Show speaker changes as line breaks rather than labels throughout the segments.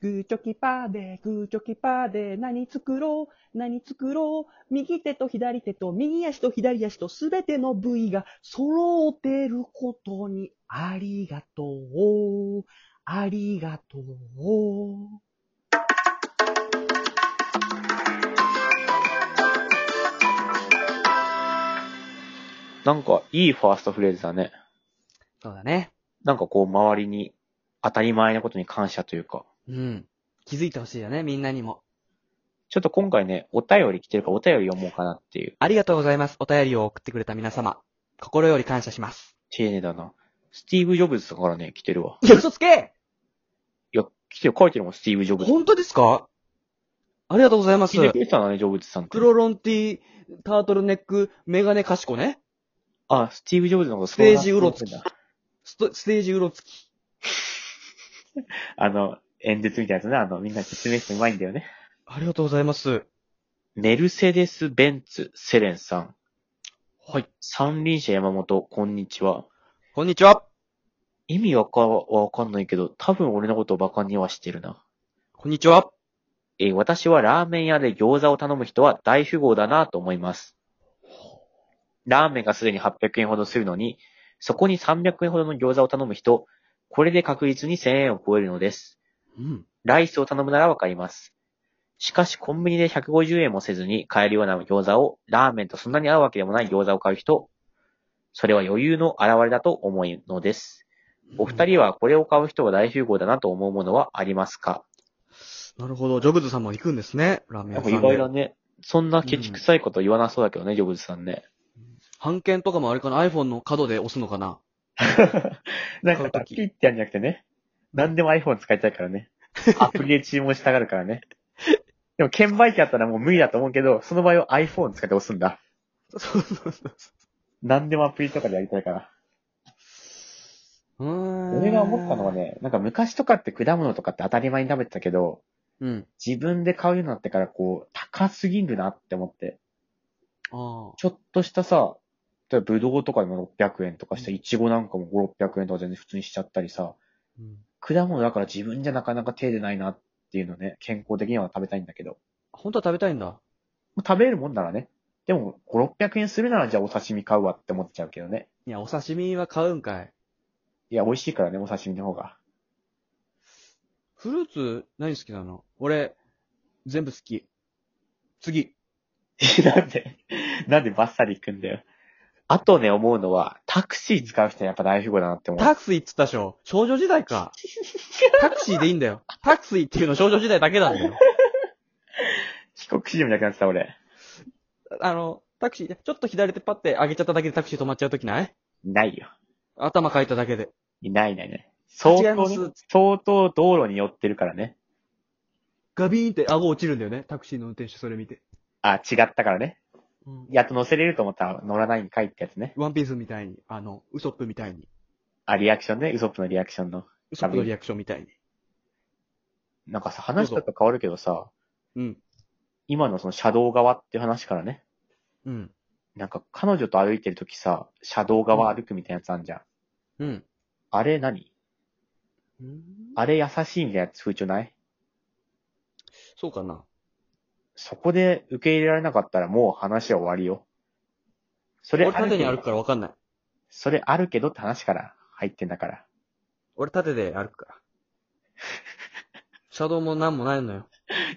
グーチョキパーで、グーチョキパーで、何作ろう、何作ろう。右手と左手と、右足と左足と、すべての部位が揃ってることに、ありがとう。ありがとう。
なんか、いいファーストフレーズだね。
そうだね。
なんかこう、周りに、当たり前のことに感謝というか。
うん。気づいてほしいよね、みんなにも。
ちょっと今回ね、お便り来てるからお便り読もうかなっていう。
ありがとうございます。お便りを送ってくれた皆様。心より感謝します。
丁寧だな。スティーブ・ジョブズさんからね、来てるわ。
いや、嘘つけ
いや、来てる、書いてるもん、スティーブ・ジョブズ。
本当ですかありがとうございます
聞い。てくれてたんだね、ジョブズさんって。
黒ロンティー、タートルネック、メガネかしこね。
あ、スティーブ・ジョブズのこと
ステージうろつき
だ。
ストステージうろつき。
あの、演説みたいなやつね、あの、みんな説明してうまいんだよね。
ありがとうございます。
メルセデス・ベンツ・セレンさん。
はい。
三輪車山本、こんにちは。
こんにちは。
意味わかはわかんないけど、多分俺のことをバカにはしてるな。
こんにちは。
えー私はラーメン屋で餃子を頼む人は大富豪だなと思います。ラーメンがすでに800円ほどするのに、そこに300円ほどの餃子を頼む人、これで確実に1000円を超えるのです。
うん。
ライスを頼むならわかります。しかしコンビニで150円もせずに買えるような餃子を、ラーメンとそんなに合うわけでもない餃子を買う人、それは余裕の表れだと思うのです。お二人はこれを買う人が大集合だなと思うものはありますか
なるほど。ジョブズさんも行くんですね。ラーメン屋
やっ
さ
ぱ
んで。
意外だね。そんなケチくさいこと言わなそうだけどね、ジョブズさんね。
版権とかもあれかな ?iPhone の角で押すのか な
な
買う
んか、
と
パ
き
ッキリってやるんじゃなくてね。何でも iPhone 使いたいから ね。アプリで注文したがるからね。でも、券売機だったらもう無理だと思うけど、その場合は iPhone 使って押すんだ。
そうそうそう。
何でもアプリとかでやりたいから。
うーん。
俺が思ったのは。ね、なんか昔とかって果物とかって当たり前に食べてたけど、
うん。
自分で買うようになってからこう、高すぎるなって思って。
ああ。
ちょっとしたさ、例えばブドウとかでも600円とかした、
うん
イチゴなんかも5、600円とか全然普通にしちゃったりさ、
うん
果物だから自分じゃなかなか手出ないなっていうのね、健康的には食べたいんだけど。
本当は食べたいんだ。
まあ食べれるもんならね。でも、5、600円するならじゃあお刺身買うわって思っちゃうけどね。
いや、お刺身は買うんかい。
いや、美味しいからね、お刺身の方が。
フルーツ、何好きなの俺、全部好き。次。
なんで、なんでバッサリ行くんだよ。あとね、思うのは、タクシー使う人はやっぱ大富豪だなって思う。
タクシーっつったでしょ少女時代か。タクシーでいいんだよ。タクシーっていうの少女時代だけなんだよ。
帰国子女みたいになってた俺。
あの、タクシー、ちょっと左手パッて上げちゃっただけでタクシー止まっちゃうときない
いないよ。
頭かいただけで。
いないいないいない。相
違いま
当
す
ね、相当道路に寄ってるからね。
ガビーンって顎落ちるんだよね。タクシーの運転手それ見て。
あ、違ったからね。
うん
やっと乗せれると思ったら乗らないんかいってやつね。
ワンピースみたいに、あの、ウソップみたいに。
あ、リアクションね。ウソップのリアクションの。
ウソップのリアクションみたいに。
なんかさ、話ちょっと変わるけどさ、
うん。
今のその車道側っていう話からね。
うん。
なんか彼女と歩いてるときさ、車道側歩くみたいなやつあんじゃん。
うん。
あれ何
あ
あれ優しいみたいな風潮ない
そうかな。
そこで受け入れられなかったらもう話は終わりよ。それ
俺
ある
縦に
け
歩く
ど、
からわかんない。
それあるけどって話から入ってんだから。
俺縦で歩く から。シャドウもなんもないのよ。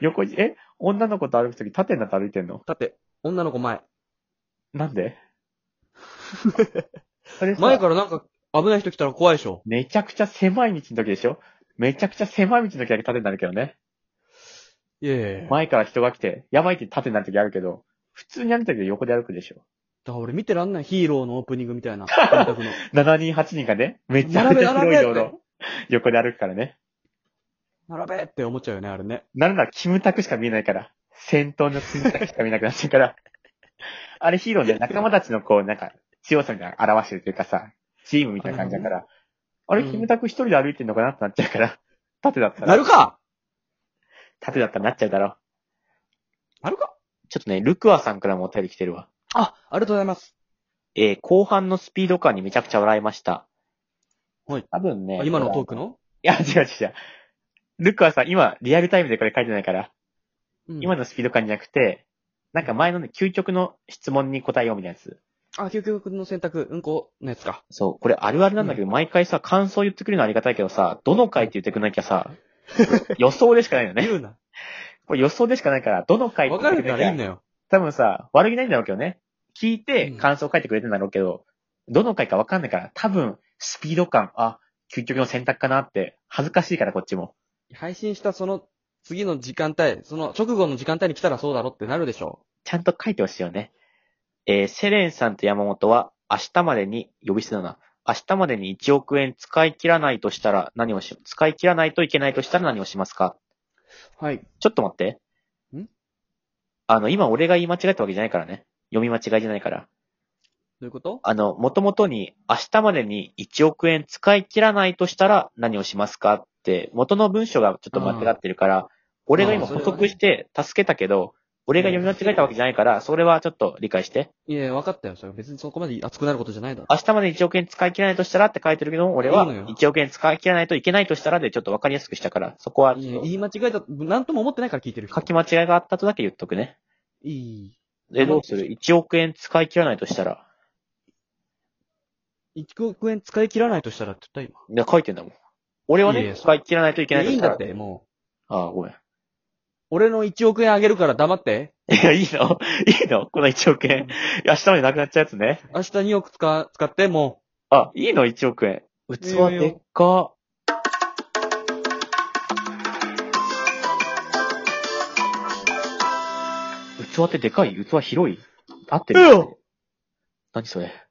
横に、え女の子と歩くとき縦になって歩いてんの
縦。女の子前。
なんでそれさ
前からなんか危ない人来たら怖いでしょ。
めちゃくちゃ狭い道の時でしょめちゃくちゃ狭い道の時だけ縦になるけどね。
いやいやいや。だか
前から人が来て、やばいって縦になる時あるけど、普通に歩く時は横で歩くでしょ
ら俺見てらんない。ヒーローのオープニングみたい な。原作の
?7 人、8人がね、めちゃくちゃ
並
広い道
べ並べって
路、横で歩くからね。
並べって思っちゃうよね、あれね。
なんなら、キムタクしか見えないから。戦闘のキムタクしか見えなくなっちゃうから。あれヒーローで仲間たちのこう、なんか、強さみたいなの表してるというかさ、チームみたいな感じだから、あれ
うん
キムタク一人で歩いてんのかなってなっちゃうから、縦だった
な
ら
る、か
縦だったらなっちゃうだろう。
なるか
ちょっとね、ルクアさんからもお便り来てるわ。
あ、ありがとうございます。
えー後半のスピード感にめちゃくちゃ笑いました。
はい。
多分ね
あ、今のトークの
いや、違う違う違う。ルカはさ、今、リアルタイムでこれ書いてないから、
うん
今のスピード感じゃなくて、なんか前のね、究極の質問に答えようみたいなやつ。
あ、究極の選択、うんこのやつか。
そう、これあるあるなんだけど、毎回さ、感想言ってくれるのありがたいけどさ、どの回って言ってくれなき ゃさ、予想でしかないよね。
言うな。
これ予想でしかないから、どの回って
わか
言って
る
くれ
な
なき
ら
ゃ
いいんだよ。
多分さ、悪気ないんだろうけどね。聞いて
うん
感想書いてくれてんだろうけど、どの回かわかんないから、多分、スピード感、あ、究極の選択かなって、恥ずかしいからこっちも。
配信したその次の時間帯、その直後の時間帯に来たらそうだろってなるでしょ。
ちゃんと書いてほしいよね。えーセレンさんと山本は、明日までに、呼び捨てだな。明日までに1億円使い切らないとしたら何をし、使い切らないといけないとしたら何をしますか
はい。
ちょっと待って。
ん
あの、今俺が言い間違えたわけじゃないからね。読み間違いじゃないから。
どういうこと
あの、もともとに、明日までに1億円使い切らないとしたら何をしますかって、元の文章がちょっと間違ってるから、俺が今
あーそれ
補
はね
足して助けたけど、俺が読み間違えたわけじゃないから、それはちょっと理解して。
いや、分かったよ。それ別にそこまで熱くなることじゃないだろ。
明日まで1億円使い切らないとしたらって書いてるけど、俺はい
いのよ
1億円使い切らないといけないとしたらでちょっとわかりやすくしたから、そこはい
や、言い間違えた、なんとも思ってないから聞いてる人。
書き間違いがあったとだけ言っとくね。
いい。
で、どうする ?1 億円使い切らないとしたら。
1億円使い切らないとしたらって言った
いや、書いてんだもん。俺はい
やい
ね、
やそ
使い切らないといけ
今。
ないい
やい
と
い
し
んだ
たら
っ。て、も
ああ、ごめん。
う。俺の1億円あげるから黙って。
いや、いいのいいのこの1億円。明日までなくなっちゃうやつね。
明日2億使、使って、も
あ、いいの ?1 億円。器
いいよいいよ
でっか。器ってでかい器広い合って
う。
る何それ